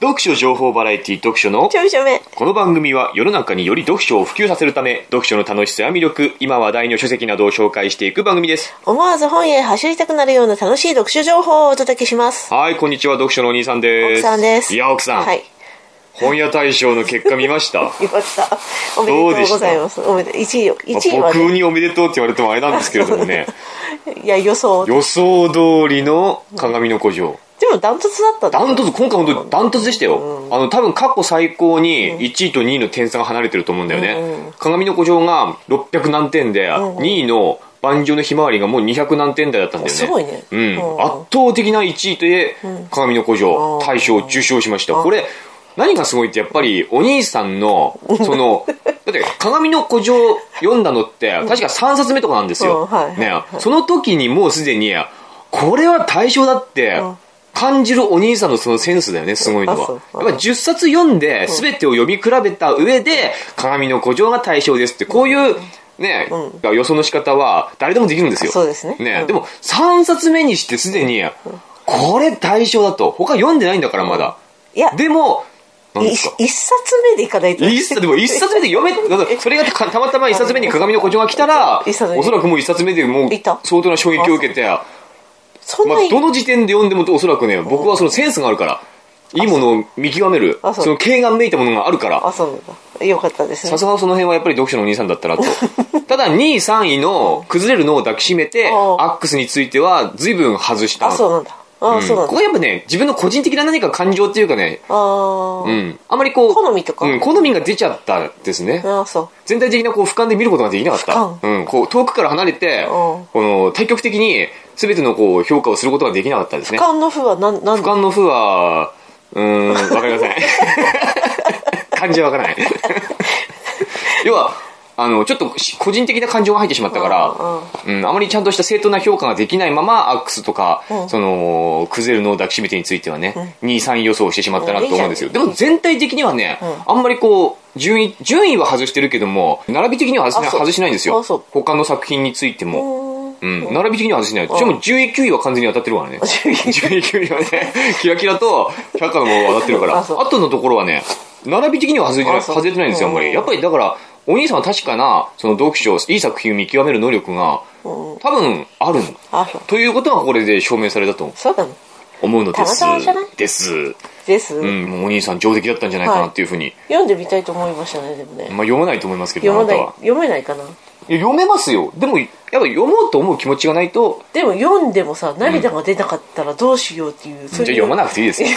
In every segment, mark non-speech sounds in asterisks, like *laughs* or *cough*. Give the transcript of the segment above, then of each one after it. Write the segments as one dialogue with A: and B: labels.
A: 読書情報バラエティ読書の
B: ちょいしょめ。
A: この番組は世の中により読書を普及させるため読書の楽しさや魅力今話題の書籍などを紹介していく番組です
B: 思わず本へ走りたくなるような楽しい読書情報をお届けします。
A: はいこんにちは読書のお兄さんです
B: 奥さんです。
A: いや奥さん、
B: はい。
A: 本屋大賞の結果見ま
B: *laughs*
A: した
B: よかった。おめでとうございます。おめで1位よ。一位は
A: 僕
B: ね、
A: におめでとうって言われてもあれなんですけれども
B: *laughs*
A: ね
B: いや、予想。
A: 予想通りの鏡の古城
B: でもダントツだった
A: ダント
B: ト
A: ツ今回本当にダントツでしたよ、あの多分過去最高に1位と2位の点差が離れてると思うんだよね、鏡の古城が600何点で、2位の盤上のひまわりがもう200何点台だったんだよね
B: すごいね
A: うん
B: うん
A: 圧倒的な1位とで鏡の古城大賞を受賞しましたこれ何がすごいってやっぱりお兄さんのそのだって鏡の古城読んだのって確か3冊目とかなんです
B: うん
A: よ、
B: はいはい
A: ね、その時にもうすでにこれは大賞だって感じるお兄さんのそのセンスだよねすごいの
B: あ
A: は
B: そう
A: やっぱ10冊読んで全てを読み比べた上で「鏡の古城が大賞です」ってこういうね、予想の仕方は誰でもできるんですよ
B: そうですねうん
A: でも3冊目にしてすでにこれ大賞だと他読んでないんだからまだ
B: いや、
A: でも何
B: い
A: ですか
B: 一冊目でいかないと。
A: 一冊でも一冊目で読めだからそれがたたまたま一冊目に鏡の古城が来たら
B: 一冊目
A: おそらくもう一冊目でもう
B: いた
A: 相当な衝撃を受けて
B: そん
A: ま
B: な
A: あ
B: に、
A: どの時点で読んでもおそらくね僕はそのセンスがあるからいいものを見極める
B: あそう
A: その軽眼めいたものがあるから
B: あ、そうなんだ。よかったですね
A: さ。すがその辺はやっぱり読書のお兄さんだった
B: *laughs*
A: なとただ2位3位の崩れるのを抱きしめて
B: ああ
A: アックスについては随分外した
B: あ、そうなんだ。あ、そうなん
A: こ
B: だ。
A: こやっぱね自分の個人的な何か感情っていうかね
B: あー、
A: うんあまりこう
B: 好みとか
A: うん、好みが出ちゃったですね
B: あー、そう。
A: 全体的なこう俯瞰で見ることができなかった、うん、こう遠くから離れて、
B: うん
A: この対極的に全てのこう評価をすることができなかったですね
B: 俯瞰の負は何、何
A: 俯瞰の負はうーんわかりません漢字はわからない要はあのちょっとし個人的な感情が入ってしまったから、うん、あまりちゃんとした正当な評価ができないままアックスとか、
B: うん
A: その崩れるのを抱きしめてについてはね、2位3位予想してしまったなと思うんですよ、
B: うんいい
A: で
B: じゃん
A: も全体的にはね、あんまりこう順位順位は外してるけども並び的には外しな
B: あ
A: い
B: そう
A: 外しないんです
B: あ
A: よ
B: そう
A: 他の作品についても、
B: う
A: うん、並び的には外しない。しかも10位、9位は完全に当たってるから
B: *laughs*
A: ね。10
B: 10位
A: 位、9位はね、 *laughs* キラキラと100回も当たってるから。
B: あそう
A: 後のところはね、並び的には外れてない
B: あそう
A: 外れてないんですよ、あんま
B: う
A: り。
B: ん
A: やっぱりだから、お兄さんは確かな、その読書、いい作品を見極める能力が、多分ある
B: あ、そう。
A: ということがこれで証明されたと
B: そうだね。
A: 思うのです。
B: たまたまじゃない
A: です。
B: です、
A: うん、もうお兄さん上出来だったんじゃないかなっていうふうに。
B: 読んでみたいと思いましたね、でもね。
A: まあ読まないと思いますけど、
B: 読まな
A: あな
B: い
A: たは、
B: 読めないかな。
A: いや読めますよ。でも、やっぱ読もうと思う気持ちがないと、
B: でも読んでもさ、涙が出なかったらどうしようっていう、
A: じゃあ読まなくていいで
B: *laughs*
A: すよ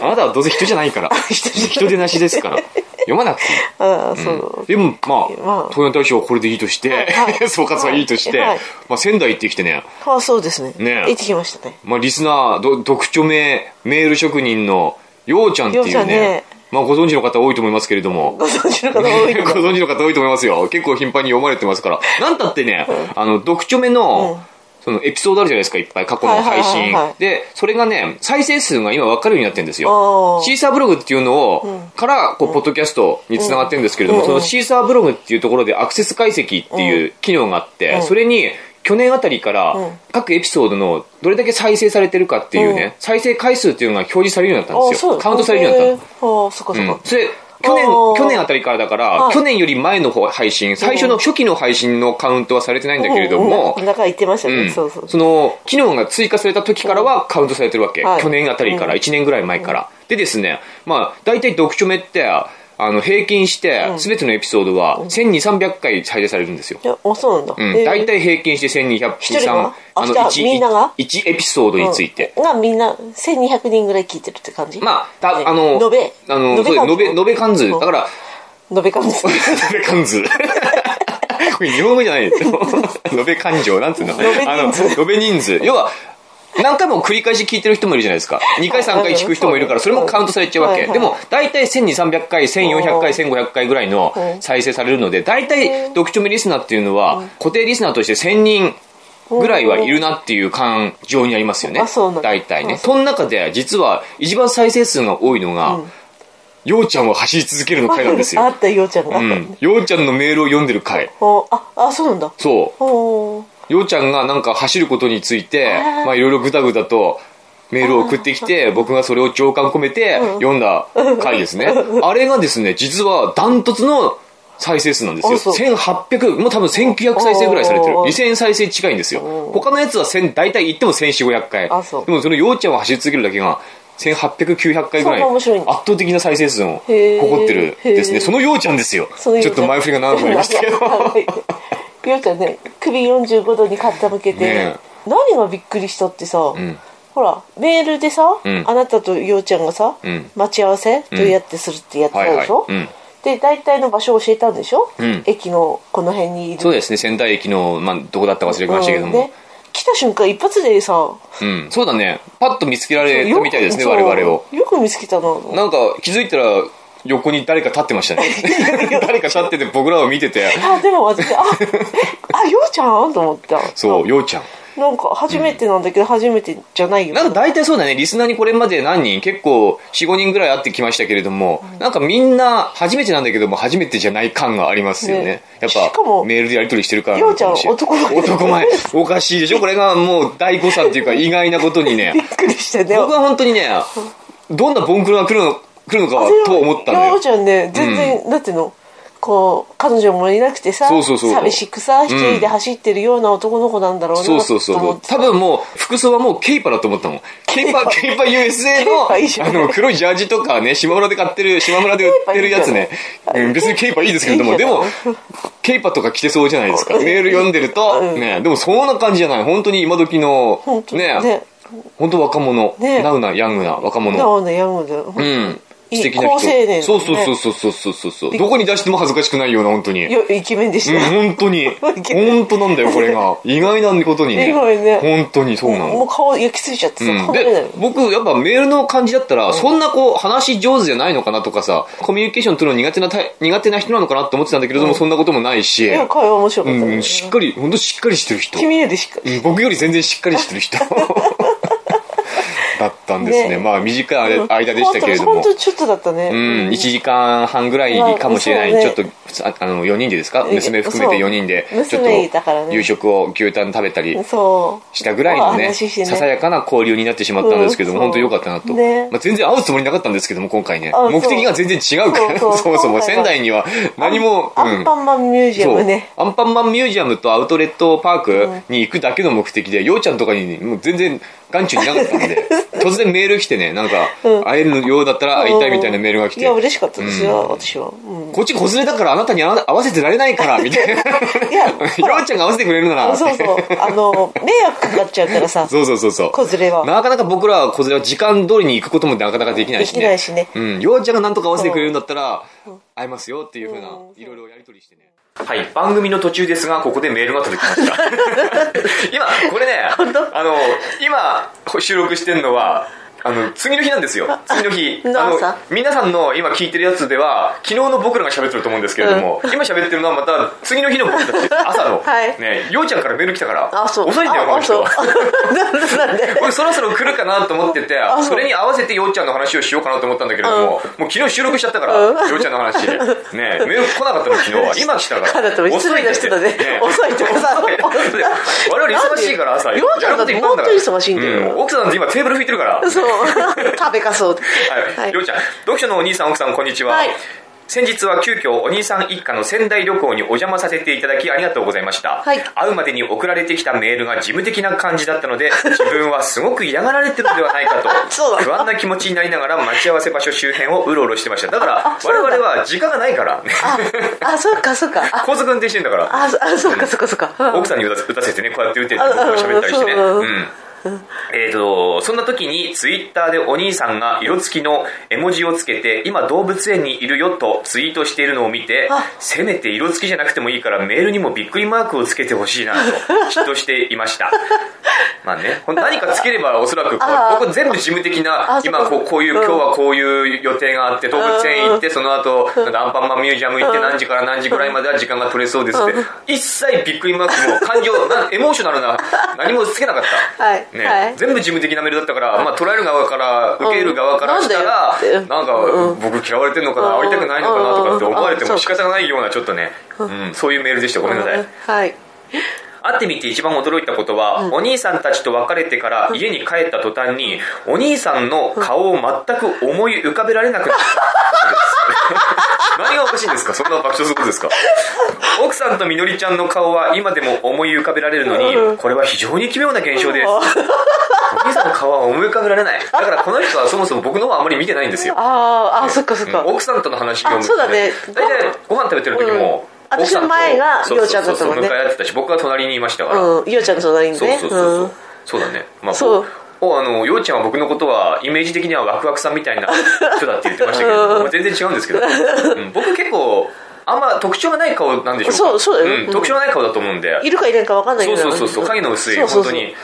A: あなたはどうせ人じゃないから
B: 人じゃない
A: 人でなしですから読まなくていい
B: ああ、そう。
A: でもま
B: ま
A: あ
B: あ
A: 東洋大賞はこれでいいとして、 *laughs* 総括はいいとして、
B: はい
A: まあ、仙台行ってきてね、
B: ああ、そうですね。
A: ね
B: 行ってきましたね。
A: まあ、リスナーど読著名メール職人のようちゃんっていう
B: ようち
A: ね
B: ゃんね
A: まあ、ご存知の方多いと思いますけれども
B: ご存知の
A: ご
B: 方多いのかな。
A: 存知の方多いと思いますよ結構頻繁に読まれてますからなんたってね、あの読著名の、そのエピソードあるじゃないですかいっぱい過去の配
B: はいは
A: 信
B: いはいはい
A: でそれがね再生数が今分かるようになってるんですよ
B: あー
A: シーサーブログっていうのを、から、こう、ポッドキャストにつながってるんですけれども、そのシーサーブログっていうところでアクセス解析っていう機能があって、それに、去年あたりから、各エピソードのどれだけ再生されてるかっていうね、再生回数っていうのが表示されるようになったん
B: あ
A: で
B: あ、
A: す
B: そう
A: よ。カウントされるようになったの。
B: たの。ああ、そっかそっ
A: うん
B: か。
A: それ去年
B: あー
A: 去年あたりからだから、
B: はい
A: 去年より前の方配信最初の初期の配信のカウントはされてないんだけれども、
B: うん、中行ってました
A: うん
B: ね。そうそう。
A: その機能が追加された時からはカウントされてるわけ、
B: はい
A: 去年あたりから1年ぐらい前から、でですねまあ大体読書目ってあの平均して全てのエピソードは1200300回再生されるんですよ
B: いや、あ、そうなんだ。
A: うん
B: えー
A: 大体平均して1200
B: 一人があじゃあみんなが
A: 1, 1エピソードについて、
B: うんがみんな1200人ぐらい聞いてるって感じ
A: まあた
B: ね
A: あの
B: 延べ
A: あのそう延べ延べ関数だから
B: 延べ感じ
A: *laughs* 延べ感図。これ日本語じゃないです
B: *laughs*
A: よ。延べ感情、なんつうの
B: べ人数
A: あの、延べ人数。要は、何回も繰り返し聞いてる人もいるじゃないですか。2回、3回聞く人もいるから、それもカウントされちゃうわ
B: は
A: け。
B: いはい
A: でも、大体1200、300回、1400回、
B: お
A: 1500回ぐらいの
B: うん
A: 再生されるので、大体、読書目リスナーっていうのは、固定リスナーとして1000人ぐらいはいるなっていう感情にありますよね。
B: あそうなんだ
A: 大体ね。
B: あ
A: その中で、実は、一番再生数が多いのが、ようちゃんを走り続けるの回なんですよ
B: *laughs* あ。ったようちゃんがあ
A: う
B: った
A: ん、ようちゃんのメールを読んでる回
B: おああそうなんだ
A: そ
B: お
A: うようちゃんがなんか走ることについて
B: あー
A: まあいろいろぐだぐだとメールを送ってきて、僕がそれを情感込めて読んだ回ですね。あれがですね、実はダントツの再生数なんですよ。
B: あそう
A: 1800、もう多分1900再生ぐらいされてる。
B: おー
A: 2000再生近いんですよ。
B: おー
A: 他のやつは1000、大体言っても1400回。
B: あそう
A: でもそのようちゃんを走り続けるだけが、1800、900回ぐらい、
B: そんな面
A: 圧
B: 白いんだ
A: 倒的な再生数を
B: へー
A: 誇ってるです
B: へ
A: ね。
B: ー
A: そのようちゃんですよ。ち
B: そのようち
A: ょ
B: ゃ
A: っ
B: ん
A: と前振りが長くなりましたけど。
B: はいようちゃんね首45度に傾けて、
A: ねえ
B: 何がびっくりしたってさ、
A: ん
B: ほらメールでさ、
A: ん
B: あなたとようちゃんがさ、
A: うん
B: 待ち合わせとやってするってやってたでし
A: は
B: ょ、
A: いはいうん
B: で大体の場所を教えたんでしょ、
A: うん
B: 駅のこの辺にいる
A: そうですね、仙台駅の、まあ、どこだったか忘れましたけど
B: うん
A: も。
B: で来た瞬間一発でさ
A: うん、そうだね。パッと見つけられ
B: よ
A: た
B: く
A: みたいですね、
B: そう
A: 我々を。
B: よく見つけたの
A: なんか気づいたら横に誰か立ってま
B: *laughs*
A: したね。誰か立ってて僕らを見てて、
B: あでも私ああようちゃんと思った
A: そう、ようちゃん。
B: なんか初めてなんだけど、初めてじゃないよ
A: なんか大体そうだね、リスナーにこれまで何人結構4、5人ぐらい会ってきましたけれども、なんかみんな初めてなんだけども、初めてじゃない感がありますよね。
B: ね
A: やっ
B: しかも
A: ぱメールでやり取りしてるからな
B: よ
A: の
B: うちゃ
A: か
B: ん
A: もしれない。
B: 男前
A: 男前。おかしいでしょこれがもう大誤算っていうか意外なことにね
B: *laughs* び。っくりしてね
A: 僕は本当にね、どんなボンクラが来るの来るのかはとは思ったの
B: よ
A: よ
B: う。ちゃんね全然、なんていうのこう彼女もいなくてさ
A: そうそうそう
B: 寂しくさ一人で走ってるような男の子なんだろうな
A: そうそうそ
B: と思
A: う
B: っ。て
A: 多分もう、服装はもうケイパだと思ったもん。ケイパ、ケイパ USA の、
B: ケイパいいじゃん
A: あの、黒いジャージとかね、島村で買ってる、島村で売ってるやつね。うん別にケイパいいですけれども、
B: いいじ
A: で
B: ゃない
A: も、ケイパとか着てそうじゃないですか。メール読んでると、
B: うん
A: ね、でもそんな感じじゃない。本当に今時の
B: 本、当ね
A: ね
B: ね、
A: 本当若者。
B: ね
A: ナウな、ヤングな若
B: な
A: 者。
B: おのヤングで、う
A: うん。
B: い
A: 素
B: い
A: 敵な
B: 好青
A: 人。
B: 年だよね
A: そうそうそうそうそうそうそう。どこに出しても恥ずかしくないような、本当に。
B: よイケメンでし
A: うん、
B: た、
A: 本当に。本当なんだよ、これが。意外なことにね。
B: 意外ね
A: 本当にそうな
B: も
A: の
B: う。顔焼きついちゃってさ、
A: うん、
B: 顔見れない
A: で、僕、やっぱメールの感じだったら、そんなこう、話上手じゃないのかなとかさ、コミュニケーション取るの苦手なタイ、苦手な人なのかなって思ってたんだけれども、そんなこともないし、
B: いや会話面白かったね、
A: うん、しっかり、本当しっかりしてる人。
B: 君よりしっかり
A: うん僕より全然しっかりしてる人。だったんですね。
B: ね
A: まあ、短い間でしたけれど
B: 本
A: も。
B: 当ちょっとだったね、
A: うん、1時間半ぐらいかもしれない、
B: まあ
A: ち
B: そ
A: ょ
B: う
A: っ
B: ね
A: とふつああの4人でですか
B: うん
A: 娘含めて4人で
B: そう
A: ち
B: 娘い
A: ょ
B: た
A: っ
B: から
A: と
B: ね
A: 夕食を牛タン食べたり
B: そう
A: したぐらいのね
B: お話ししてね
A: ささやかな交流になってしまったんですけども、
B: うんそう
A: 本当良かったなと、
B: ね
A: まあ、全然会うつもりなかったんですけども今回ね
B: あそう
A: 目的が全然違うから
B: そ
A: *laughs* そう
B: そう
A: もそも
B: 今回
A: 仙
B: は
A: 台には何も
B: アンパンマンミュージアムね
A: そうアンパンマンミュージアムとアウトレットパークに行くだけの目的で、ようちゃんとかにもう全然眼中になかったん
B: *laughs*
A: で突然メール来てねなんか会えるようだったら会いたいみたいなメールが来て、
B: いや嬉しかったですよ、私は、うん、
A: こっち子連れだからあなたに合わせてられないから、みた
B: *laughs*
A: いな。
B: いや
A: ようちゃんが合わせてくれるなら。
B: そうそうあの迷惑かかっちゃうからさ
A: そうそうそうそう。
B: 子連れは
A: なかなか僕らは子連れは時間通りに行くこともなかなかできないしね。
B: できないしね
A: うん。ようちゃんがなんとか合わせてくれるんだったら、会えますよっていうふうな
B: うん、
A: いろいろやりとりしてね。はい。番組の途中ですが、ここでメールが届きました。
B: *laughs*
A: 今、これね、あの、今、こう収録してるのは、あの、次の日なんですよ。次の日。
B: の
A: あの
B: 朝、
A: 皆さんの今聞いてるやつでは、昨日の僕らが喋ってると思うんですけれども、今喋ってるのはまた次の日の僕たち、朝の。
B: *laughs* はい
A: ね、ようちゃんからメール来たから、
B: あそう *laughs*
A: 遅いんだよ、この人は
B: あ。あそうなん
A: *laughs*
B: でなんで
A: 僕そろそろ来るかなと思ってて
B: そう
A: それに合わせてようちゃんの話をしようかなと思ったんだけれども、もう昨日収録しちゃったから、
B: うん
A: ようちゃんの話ねえメール来なかったの昨日は今来たか
B: *laughs* からなと失礼な人だね *laughs* 遅いって
A: 遅い
B: 遅
A: *laughs*
B: い
A: で我々忙しいから朝
B: *laughs* なんでようちゃんだって
A: やることいぱいあるから
B: 本当に忙しいんだよ
A: う奥さんなんて今テーブル拭いてる
B: *laughs*
A: から
B: そう
A: *laughs*
B: 食べかそう
A: はい
B: はい
A: りょうちゃん読書のお兄さん奥さんこんにちは、
B: はい
A: 先日は急遽お兄さん一家の仙台旅行にお邪魔させていただきありがとうございました、
B: はい
A: 会うまでに送られてきたメールが事務的な感じだったの
B: *laughs*
A: で自分はすごく嫌がられてるのではないかと
B: そうだ
A: 不安な気持ちになりながら待ち合わせ場所周辺をうろうろしてましただから
B: あそう
A: 我
B: なんだ
A: 々は時間がないからね *laughs*
B: あそうかそうかあ
A: 高速運転してんだから
B: あそあそうかそうかそうか
A: 奥さんに打たせ打たせてねこうやって打って僕が喋ったりしてね
B: あああそう
A: うんえー、とそんな時にツイッターでお兄さんが色付きの絵文字をつけて今動物園にいるよとツイートしているのを見て
B: あ
A: せめて色付きじゃなくてもいいからメールにもびっくりマークをつけてほしいなと嫉妬していま
B: *laughs*
A: したまあねほん何かつければおそらくこ
B: あ
A: う僕全部事務的な
B: あそっ
A: 今
B: か
A: こうこういう
B: うん
A: 今日はこういう予定があって動物園行ってその後なんだアンパンマンミュージアム行って何時から何時ぐらいまでは時間が取れそうですって一切びっくりマークも感情なエモーショナルな何もつけなかった
B: はい
A: ね
B: はい
A: 全部事務的なメールだったから、まあ、捉える側から受ける側からしたら、
B: うんなんだよって
A: なん
B: う
A: か僕嫌われてんのかな、
B: うん
A: 会いたくないのかなとかって思われて
B: う
A: も
B: ん
A: 仕方がないようなちょっとね、うん、そういうメールでしたごめんなさい、
B: はい
A: 会ってみて一番驚いたことは、お兄さんたちと別れてから家に帰った途端に、お兄さんの顔を全く思い浮かべられなくな
B: *laughs*
A: ったことです。何がおかしいんですかそんな爆笑することですか奥さんとみのりちゃんの顔は今でも思い浮かべられるのに、これは非常に奇妙な現象
B: *laughs*
A: です。お兄さんの顔は思い浮かべられない。だからこの人はそもそも僕の方はあまり見てないんですよ。
B: あーあ、そっかそっか。
A: 奥さんとの話読む、
B: あそうだね
A: 大体ご飯食べてる時も、
B: うん
A: 奥さんと
B: 私の前
A: そ
B: が
A: うそう
B: りょうちゃんだったもんね
A: そうそう向かい合ってたし僕は隣にいましたから、
B: うん、いおちゃんの隣に
A: そう
B: ね。
A: そうそうそう、
B: ん
A: そうだねまあ
B: そう
A: おおあのようちゃんは僕のことはイメージ的にはワクワクさんみたい
B: *laughs*
A: な人だって言ってましたけど、もう全然違うんですけど、うん僕結構あんま特徴がない顔なんでしょうか
B: そうそうだよ
A: ん特徴がない顔だと思うんで、
B: いるかいないか分かんない
A: そ
B: よ
A: う
B: う
A: そ
B: な
A: うそうそう影の薄い
B: そうそうそう
A: 本当に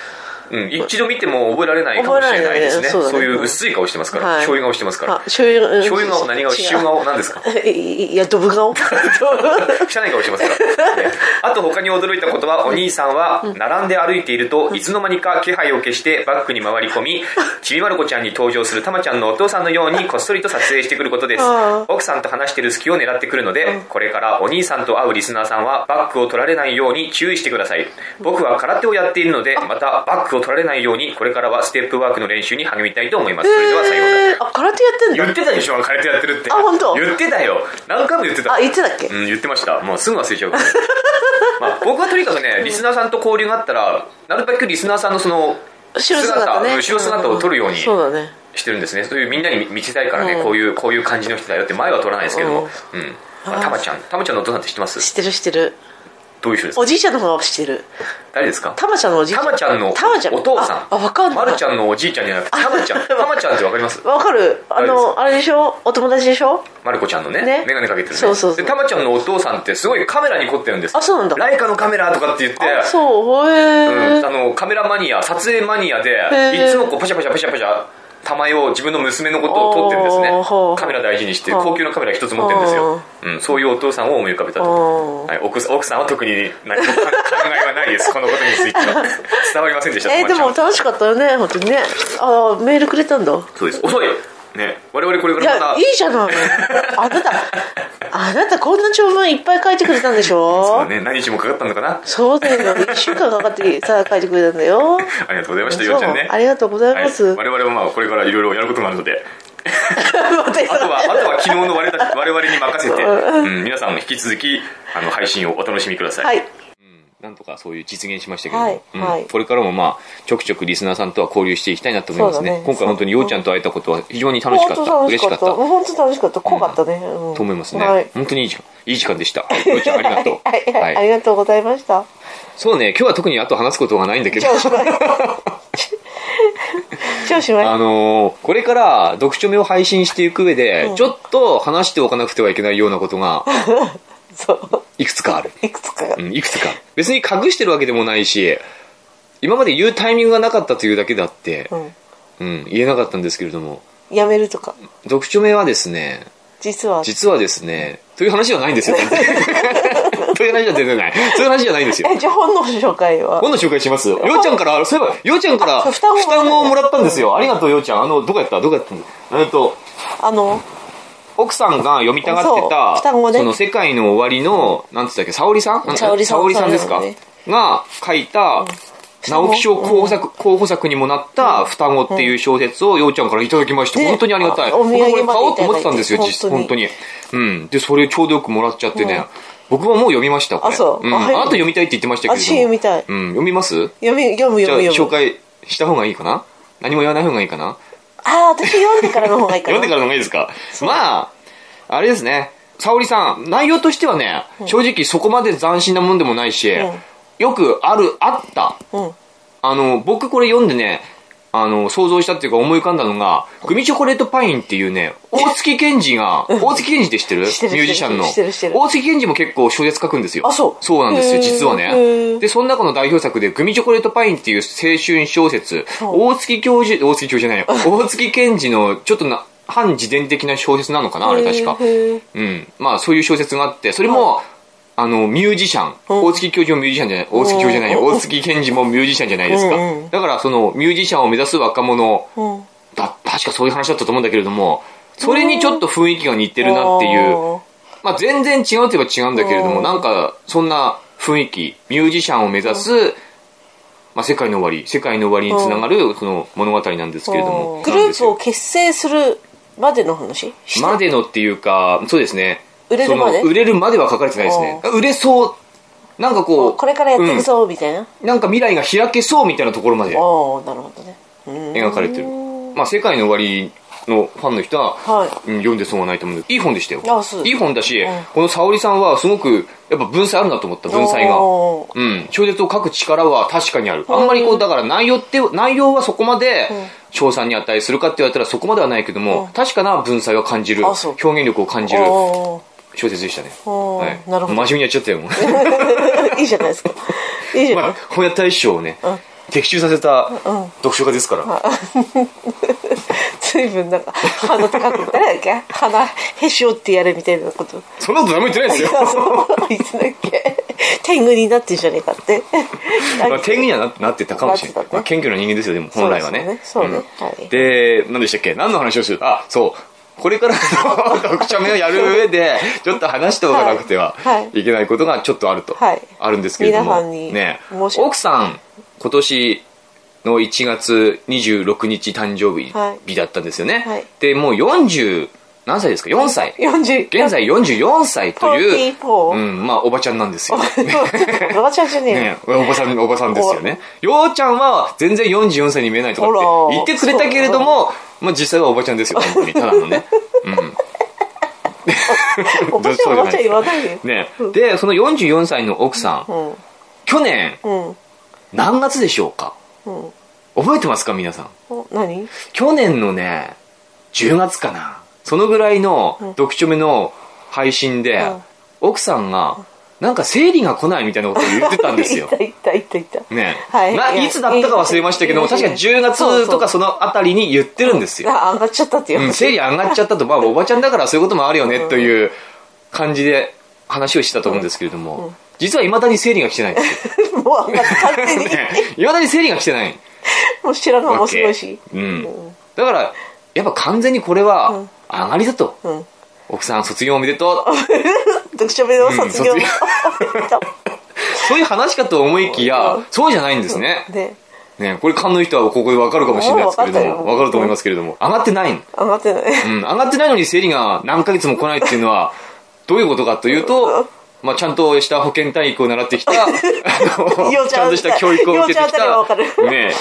A: うん、一度見ても覚えられないかもしれないですね
B: 覚えられないねそうだね
A: そういう薄い顔してますから、
B: はい
A: 醤油顔してますから
B: あ、醤油が、うん
A: 醤油顔何顔
B: 違う
A: 塩顔なんですか
B: *laughs* いや、ドブ顔。 *laughs*
A: 汚い顔してますから、ねあと他に驚いたことはお兄さんは並んで歩いているといつの間にか気配を消してバックに回り込みちびまる子ちゃんに登場するたまちゃんのお父さんのようにこっそりと撮影してくることです
B: あ
A: 奥さんと話してる隙を狙ってくるのでこれからお兄さんと会うリスナーさんはバックを取られないように注意してください僕は空手をやっているのでまたバックを取られないようにこれからはステップワークの練習に励みたいと思いますそれではさようなら
B: えーあ、空手やってんだ。
A: 言ってたでしょ空手やってるって
B: あ本当
A: 言ってたよ何回も言ってた
B: あ、言ってたっけ
A: うん、言ってました。もうすぐ忘れちゃうから。 *laughs* まあ、僕はとにかくね、リスナーさんと交流があったら、なるべくリスナーさんのその、
B: 後ろ姿ね。
A: うん後ろ姿を撮るように
B: そうだね。
A: してるんですね。そういうみんなに見せたいからね、
B: うん
A: こういう、こういう感じの人だよって前は撮らないですけども。うん。まあ、
B: あー
A: たまちゃん。たまちゃんのお父さんって知ってます
B: 知ってる知ってる。
A: どういう人ですか
B: おじいちゃんの方は知ってる。
A: 誰ですか
B: たまちゃんのおじいちゃ
A: た
B: ん。
A: まちゃんの
B: たまちゃん
A: お父さん。
B: あ、わかんない。
A: まるちゃんのおじいちゃんじゃなくて、たま
B: *laughs*
A: ちゃん。たまちゃんってわかります
B: わかるあの、あれでしょお友達でしょ
A: まる子ちゃんのね、
B: ね
A: メガネかけてるね。
B: そうそうそう
A: で、たまちゃんのお父さんってすごいカメラに凝ってるんです。
B: あそうなんだ
A: ライカのカメラとかって言って、
B: あそう、へ
A: う
B: え
A: ん、あのカメラマニア撮影マニアで
B: ー
A: いつもこうパシャパシャパシャパシャたまえを自分の娘のことを撮ってるんです
B: あーほ
A: ね
B: う
A: カメラ大事にして
B: ほう
A: 高級のカメラ一つ持ってるんですよ、うん、そういうお父さんを思い浮かべたと、
B: おー
A: はい、奥さん奥さんは特に何も考えはない
B: *laughs*
A: ですこのことについては伝わりませんでした
B: えーで
A: たまちゃん
B: も楽しかったよね、本当にね。あーメールくれたんだ。
A: そうです遅いね我々これか
B: い
A: らま
B: や、
A: た
B: いいじゃない。あなた、あなたこんな長文いっぱい書いてくれたんでし
A: そう
B: ょ
A: だね何日もかかったのかな
B: そうだよ。1週間かかってさ、書いてくれたんだよ。
A: *laughs* ありがとうございました
B: そう
A: ようちゃんね
B: ありがとうございます。
A: はい、我々もまあこれからいろいろやることがあるので
B: また
A: あ
B: *laughs*
A: とは、あとは昨日の我々我々に任せて、うん、皆さんも引き続き、あの、配信をお楽しみください。
B: はい。
A: なんとかそういう実現しましたけども、
B: はい
A: うん
B: はい
A: これからもまあ、ちょくちょくリスナーさんとは交流していきたいなと思いますね。
B: そうだね
A: 今回本当にようちゃんと会えたことは非常に楽しか
B: 本
A: った。
B: 当楽
A: 嬉
B: し
A: しか
B: かっ。
A: ったた。と
B: 本当楽しかった。怖かったね。うん
A: 思いますね、
B: はい。
A: 本当にいい時間、いい時間でした。ようちゃんありがとう。
B: *laughs* はいはい、ありがとうございました。
A: そうね、今日は特にあと話すことがないんだけど
B: 超。おしまい。超おしまい。
A: *laughs* あのーこれから読書目を配信していく上で、ちょっと話しておかなくてはいけないようなことが
B: そう。
A: いくつかある。
B: いくつかが。
A: うん、いくつか。別に隠してるわけでもないし、今まで言うタイミングがなかったというだけであって
B: う、ん。
A: うん、言えなかったんですけれども、
B: やめるとか。
A: 読書名はですね、
B: 実は。
A: 実はですね、という話じゃないんですよ。全 *laughs* 然という話じゃ全然ない。そういう話じゃないんですよ。
B: え、じゃあ本の紹介は。
A: 今度紹介します。ようちゃんから、そういえば、ようちゃんから、
B: あ
A: 負
B: そう双子
A: 担をもらったんですよ。ありがとう、ようちゃん。あの、どこやったどこやったんだえっと、
B: あの、
A: 奥さんが読みたがって
B: そう
A: た、
B: 双子ね
A: その世界の終わりの、なんつったっけ、沙織さんなん
B: 沙織さん
A: 沙織さんですか、
B: そうです
A: が書いた、直木賞候補作、候補作にもなった双子っていう小説をようちゃんからいただきまして、
B: ね
A: 本当にありがたい。
B: お土産ま
A: 僕
B: で
A: もこれ買おうと思ってたんですよ、
B: いただいて
A: 実本当に。うん。で、それちょうどよくもらっちゃってね。僕はもう読みました、これ。
B: あそう
A: うん。
B: あ
A: あ
B: は
A: ないた読みたいって言ってましたけれども。
B: 私読みたい。
A: うん、読みます
B: 読み、読む
A: じゃあ
B: 読む読
A: 紹
B: む。
A: 介した方がいいかな何も言わない方がいいかな
B: ああ、私読んでからの方がいいか
A: 読
B: な。
A: んでからの方がいいですかまあ、あれですね。沙織さん、内容としてはね、正直そこまで斬新なもんでもないし、
B: うん
A: よくある、あった。
B: うん。
A: あの、僕これ読んでね、あの、想像したっていうか思い浮かんだのが、グミチョコレートパインっていうね、大月健二が、大月健二って知ってる
B: 知ってる
A: ミュージシャンの。
B: 知ってる知ってる
A: 大月健二も結構小説書くんですよ。
B: あそう
A: そうなんです
B: へ
A: よ、
B: ー
A: 実は
B: へ
A: ね。
B: ー
A: で、その中の代表作で、グミチョコレートパインっていう青春小説、
B: うん
A: 大月教授、大月教授じゃないよ、大月健二のちょっとな、反自伝的な小説なのかな、あれ確か。
B: へー
A: うん、まあそういう小説があってそれも、あのミュージシャン、大月教授もミュージシャンじゃない大月教授じゃないよ大月健二もミュージシャンじゃないですか、
B: うんうん
A: だからそのミュージシャンを目指す若者
B: うん。
A: だ確かそういう話だったと思うんだけれどもそれにちょっと雰囲気が似てるなっていう、
B: あー。
A: まあ、全然違うといえば違うんだけれども、
B: うん
A: なんかそんな雰囲気ミュージシャンを目指す、まあ、世界の終わり世界の終わりにつながるその物語なんですけれども
B: グループを結成するまでの話した
A: までのっていうかそうですね
B: 売れるまで
A: その売れるまでは書かれてないですね売れそうなんかこう
B: これからやっていくぞみたいな、
A: うんなんか未来が開けそうみたいなところまで
B: おおなるほどねうん
A: 描かれてる、まあ、世界の終わりのファンの人は、
B: は
A: うん読んで損はないと思うんでいい本でしたよ
B: あそう
A: いい本だし、
B: ん
A: この沙織さんはすごくやっぱ文才あるなと思った文才が
B: おー
A: うん小説を書く力は確かにあるあんまりこうだから内容って内容はそこまで賞賛に値するかって言われたらそこまではないけども、確かな文才を感じる
B: あそう
A: 表現力を感じる
B: おー
A: 小説でしたね、
B: おー
A: はい、
B: なる
A: 真
B: ほど
A: 面目にやっちゃったよもう
B: *laughs* いいじゃないですかいいじ
A: *laughs*
B: ゃ
A: ま
B: ない
A: あ、本屋大賞をね、的中させた読書家ですから、
B: *laughs* 随分なんか鼻高く誰だっけ鼻へし折ってやるみたい
A: *laughs*
B: なこと
A: そんなこと何も言ってないですよ
B: あそう言ってないっけ天狗になってんじゃねえかって
A: まあ、天狗にはななってたかもしれない、
B: なってた
A: ま
B: ね
A: あ、謙虚な人間ですよでも本来はね
B: そうですよねそ
A: ん
B: うねはい
A: で何でしたっけ何の話をするあそうこれからの読者目をやる上
B: *laughs*
A: でちょっと話しておかなくては
B: はいはい
A: いけないことがちょっとあると、
B: はい
A: あるんですけれども
B: 皆さんに
A: ね
B: 申し訳
A: 奥さん今年の1月26日誕生日,、
B: はい
A: 日だったんですよね、
B: はい
A: でもう40何歳ですか4歳
B: 40
A: 現在44歳という、
B: 44
A: うんまあ、おばちゃんなん
B: *laughs*
A: ですよ
B: *laughs* おばちゃんじゃねえよ
A: ね、おばさ
B: *laughs*
A: ん、おばさんですよね。ようちゃんは全然44歳に見えないとか
B: あ
A: っ
B: ら
A: て言ってくれたけれども、まあ実際はおばちゃんですよ、本当に。ただのね。
B: おばちゃん
A: そう
B: お
A: じゃない
B: ばちゃん言わないよ
A: ね。で、その44歳の奥さん、
B: うん
A: 去年、
B: うん
A: 何月でしょうか
B: うん
A: 覚えてますか、皆さん。
B: お何
A: 去年のね、10月かな。そのぐらいの読書目の配信で
B: うん、
A: 奥さんが、なんか生理が来ないみたいなことを言ってたんですよ
B: *laughs* い。たいたいたいた
A: ね
B: はい
A: ない
B: や
A: いつだったか忘れましたけども
B: いやい
A: 確か10
B: や
A: 月とかそのあたりに言ってるんですよ、
B: あ上がっちゃったってよ、
A: うん、生理上がっちゃったとまあおばちゃんだからそういうこともあるよねという感じで話をしてたと思うんですけれども、実はいまだに生理が来てないんですよ
B: *laughs* もう上がった完
A: *laughs*
B: 全に
A: いまだに生理が来てない
B: もう知らないも
A: わ
B: うすごいし
A: け、うん、だからやっぱ完全にこれは上がりだと、
B: ん
A: 奥さん卒業おめでとう
B: 読書目の卒業、
A: うんそういう話かと思いきや、そうじゃないんですね、
B: *laughs* ね
A: ね、これ勘の人はここで分かるかもしれないですけれど
B: あ
A: も
B: 分かったよ
A: 分かると思いますけれども上がってないの
B: 上がってない
A: うん、上がってないのに生理が何ヶ月も来ないっていうの
B: *laughs*
A: は、どういうことかというと、まあ、ちゃんとした保健体育を習ってき
B: *laughs*
A: た、あの
B: よう
A: ち
B: ち
A: ゃ
B: ゃん
A: んとした教育を受けてき
B: ようちゃんあたりは分か
A: た、
B: る
A: ね、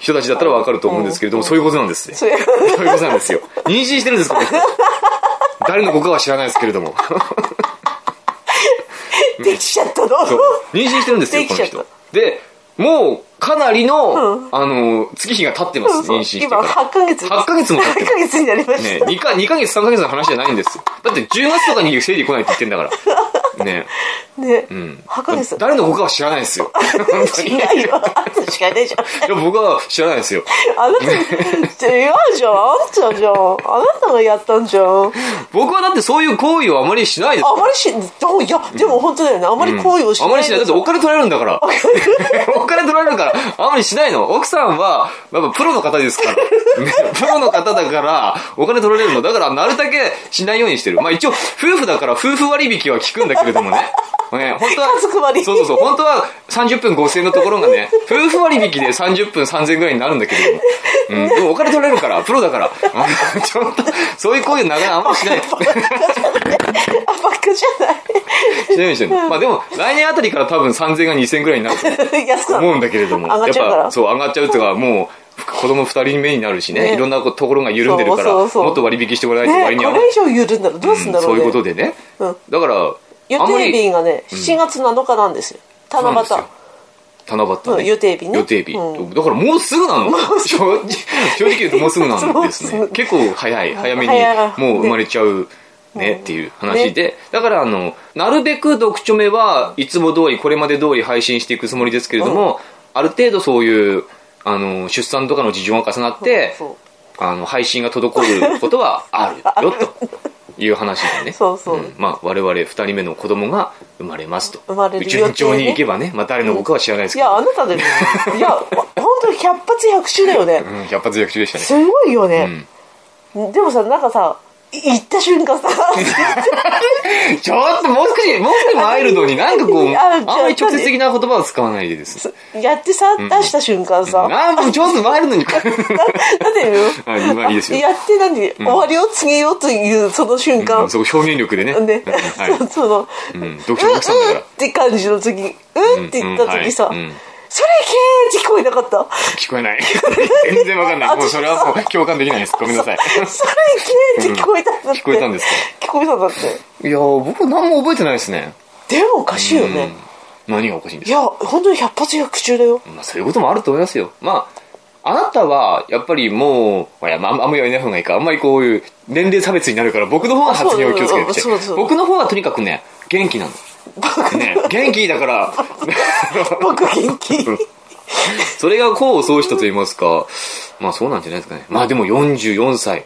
A: 人たちだったらわかると思うんですけれども、そういうことなんですね。
B: そういう
A: そういうことなんですよ。妊娠してるんです、この人。誰の子かは知らないですけれども。
B: できちゃったの
A: そう妊娠してるんですよ、
B: で
A: この
B: きちゃった
A: 人。で、もう、かなりの、あの、月日が経ってます、妊娠してから。
B: 今8ヶ月
A: 8ヶ月も経って
B: 8
A: ます
B: ヶ。月になりまし
A: ね
B: た、
A: 2, か2ヶ月3ヶ月の話じゃないんですよだって10月とかに生理来ないって言ってんだからね
B: ね
A: うん
B: 8ヶ月
A: 誰の子か *laughs* は知らないですよ本当に
B: 違
A: いう
B: よあんたしかいないじゃん
A: や僕は知らないですよ
B: あなた違うじゃんあんたじゃんあなたがやったんじゃん
A: 僕はだってそういう行為をあまりしないです
B: あまりしどういやでも本当だよねあまり行為をしない
A: あまりしないだってお金取られるんだから *laughs* お金取られるからあまりしないの奥さんはやっぱプロの方ですから、 *laughs* ねプロの方だからお金取られるのだからなるだけしないようにしてるまあ一応夫婦だから夫婦割引は効くんだけれども *laughs* ねね、本当は
B: 家族割
A: そうそうそう本当は30分5000円のところがね夫婦割引で30分3000円ぐらいになるんだけれども、 *laughs* うん、でもお金取られるからプロだからちょっとそういう行為なか *laughs* なかあんまりしない
B: *laughs* あバカじ
A: しないようにしてるのまあでも来年あたりから多分3000円が2000円ぐらいになると思う
B: ゃない安くなる
A: 思うんだけれども
B: *laughs* 上がっちゃうから
A: やっぱそう上がっちゃうとかもう子供2人目になるしね
B: ね
A: いろんなこところが緩んでるから
B: そうそうそう
A: もっと割引してもらえないと割に
B: ねこ
A: 合わない、
B: れ以上言うんならどうすんだろ
A: そうう
B: ね
A: いうことでね、
B: うん
A: だから
B: 予
A: あんま
B: 定日
A: り
B: がね7月7日なんですよ
A: そうなん
B: 七
A: ですよ
B: 夕
A: 七夕、ね
B: うん予定日ね
A: 予定日、
B: う
A: だからもうすぐなの正直正直言うともうすぐなので
B: *laughs*
A: す
B: もう
A: ね
B: すぐ
A: 結構早い早めに
B: 早い
A: もう生まれちゃうねっていう話で、だからあのなるべく読書目はいつも通りこれまで通り配信していくつもりですけれども、ある程度そういうあの出産とかの事情が重なって、
B: そう
A: あの配信が滞ることはあるよと
B: *laughs*
A: いう話でね
B: そうそうん
A: まあ、我々2人目の子供が生まれますと
B: 生まれる予定ね
A: 順調にいけばね、まあ、誰の子かは知らないです
B: い
A: けど、
B: やあな
A: *laughs*
B: たでもいや本当に百発百中だよね
A: うん、百発百中でしたね
B: すごいよね、でもさなんかさ行った瞬間
A: *laughs*
B: さ
A: ちょっともう少し、もう少しマイルドに、なんかこう、
B: あ
A: あんまり直接的な言葉を使わないでです。
B: やってさ出した瞬間さ、
A: あーもうちょっとマイル
B: *laughs*
A: ドに。
B: なんでよ
A: あ二枚ですよ
B: やってなんで、終わりを告げようというその瞬間、
A: うんそこ表現力でね。うん
B: で、
A: はい。
B: そ *laughs* その、
A: う
B: うんん、うんっ
A: 読書の奥さんだから
B: て感じの時に、うんって言った時さ、
A: うんはいうん
B: それいけーって聞こえなか
A: *laughs*
B: った。
A: 聞こえ
B: *laughs*
A: ない。全然わかんない。もうそれはもう共感できないです。ごめんなさい。
B: それいけーって聞こえたんだって。
A: 聞こえたんです
B: 聞こえたんだって。
A: いやー、僕何も覚えてないですね。
B: でもおかしいよね。
A: 何がおかしいんで
B: い
A: すか
B: や、本当に百発百中
A: *laughs*
B: だよ。
A: まあ、そういうこともあると思いますよ。まあ、あなたは、やっぱりもう、いや、まあ、あんまりやめない方がいいか。あんまりこういう、年齢差別になるから、僕の方が発言を気をつけてきて
B: そうそうそうそう
A: 僕の方はとにかくね、元気なの。ね、元気だから、
B: 僕元気。
A: それが功を奏したと言いますか、まあそうなんじゃないですかね。まあでも44歳。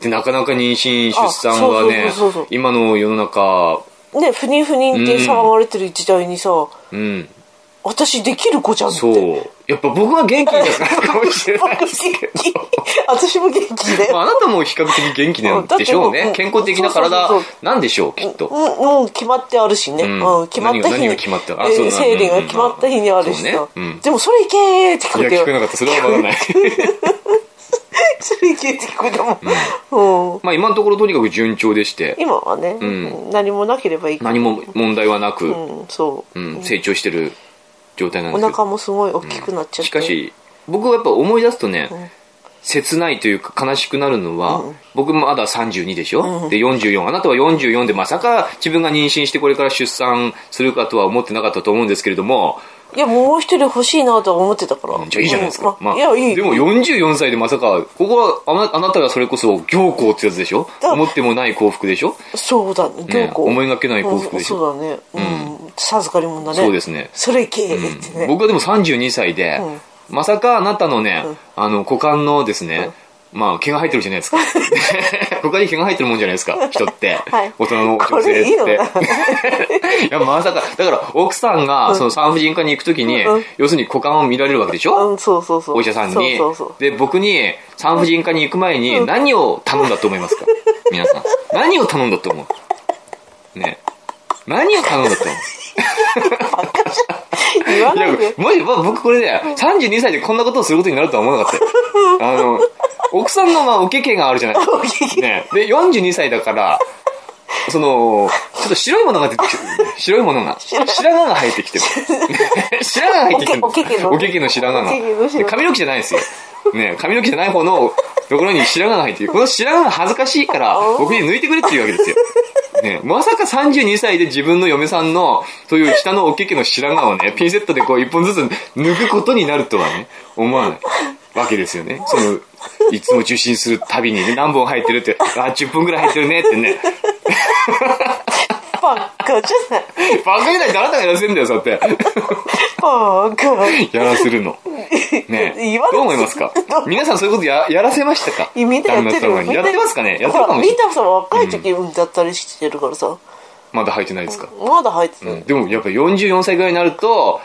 A: で、なかなか妊娠、出産はね
B: あそうそうそうそう、
A: 今の世の中、
B: ね、不妊不妊って騒がれてる時代にさ、
A: うん、
B: 私できる子じゃんって。 *laughs*
A: そう。やっぱ僕は元気だからかもしれ
B: 僕
A: ない
B: 元
A: で
B: 気
A: すけど。。
B: 私も元気
A: *laughs*
B: で。
A: まああなたも比較的元気なんでしょう *laughs* ね。健康的な体なんでしょう、きっと。
B: うん、もう決まってあるしね、
A: ん
B: うん決まった
A: 何
B: 日に
A: が何が決まったあ
B: えー
A: そうだ
B: 生理が決まった日にあるし
A: そ
B: さ、
A: うねうん
B: でもそれいけーって聞
A: い
B: こ
A: や、
B: えた
A: 聞
B: よ
A: こえなかった。それはわからない。
B: *laughs* それいけーって聞こえたもん、うん
A: *laughs* まあ今のところとにかく順調でして、
B: 今はね、
A: ん
B: 何もなければいいけど
A: 何も問題はなく、
B: うん、そう、
A: うん、成長してる状態なんで
B: お
A: すけど。
B: 腹もすごい大きくなっちゃって、
A: しかし僕はやっぱ思い出すとね、切ないというか悲しくなるのは、僕もまだ32でしょ、で44あなたは44でまさか自分が妊娠してこれから出産するかとは思ってなかったと思うんですけれども、
B: いやもう一人欲しいなとは思ってたから、
A: じゃあいいじゃないですか、
B: うん
A: まあ
B: いやいい
A: でも44歳でまさかここはあなあなたがそれこそ行幸ってやつでしょ
B: だ
A: 思ってもない幸福でしょ、
B: そうだねどうこう、
A: 思いがけない幸福でしょ
B: うんそうだねうん、授かりもんだね
A: そうですね
B: それいけーってね、
A: 僕はでも32歳で、まさかあなたのね、あの股間のですね、まあ毛が入ってるじゃない
B: *laughs*
A: ですか股間に毛が入ってるもんじゃないですか人って、
B: はい
A: 大人の
B: こ
A: 女性
B: れ
A: っ
B: いいのか
A: *laughs* て
B: ない
A: やまさかだから奥さんがその産婦人科に行く時に、
B: うんうん
A: 要するに股間を見られるわけでしょ、
B: うん、そうそうそう
A: お医者さんに
B: そうそうそう
A: で僕に産婦人科に行く前に何を頼んだと思い
B: *laughs*
A: ますか皆さん何を頼んだと思うね何を頼んだと思う
B: *laughs* 言わ
A: い
B: ない
A: や
B: で、
A: マジ、まあ、僕これね、32歳でこんなことをすることになるとは思わなかった
B: *laughs*
A: よ。あの、奥さんのまあ、おけけがあるじゃない
B: おけけ
A: ね。で、42歳だから、その、ちょっと白いものが出てきてる。白いものが。白髪が生えてきてる。
B: *laughs*
A: 白髪が生えてきてる。
B: おけおけけの
A: おけけの白髪
B: おけけ
A: が。
B: の白髪
A: で髪の毛じゃないんですよ。 *laughs* ね、髪の毛じゃない方のところに白髪が生えてる。この白髪が恥ずかしいから、 *laughs* 僕に抜いてくれっていうわけですよ。ね、まさか32歳で自分の嫁さんの、そういう下のおけけの白髪をね、ピンセットでこう一本ずつ抜くことになるとはね、思わないわけですよね。その、いつも受診するたびにね、何本入ってるって、あ、10本ぐらい入ってるねってね、バカじゃな
B: バカじゃない
A: いってあなたがやらせるんだよ、そうやって。 *laughs*
B: バカ
A: やらせるの。ねえ
B: 言わない
A: どう思います
B: *laughs*
A: か皆さんそういうことややらせましたか
B: みんなやってる
A: 旦那
B: よ
A: 様にやってますかねやってるかもし
B: み
A: れ
B: ん
A: ない。
B: なさ若い時だったりしてるからさ、
A: まだ入ってないですか。
B: まだ入ってた、
A: でもやっぱ44歳ぐらいになると、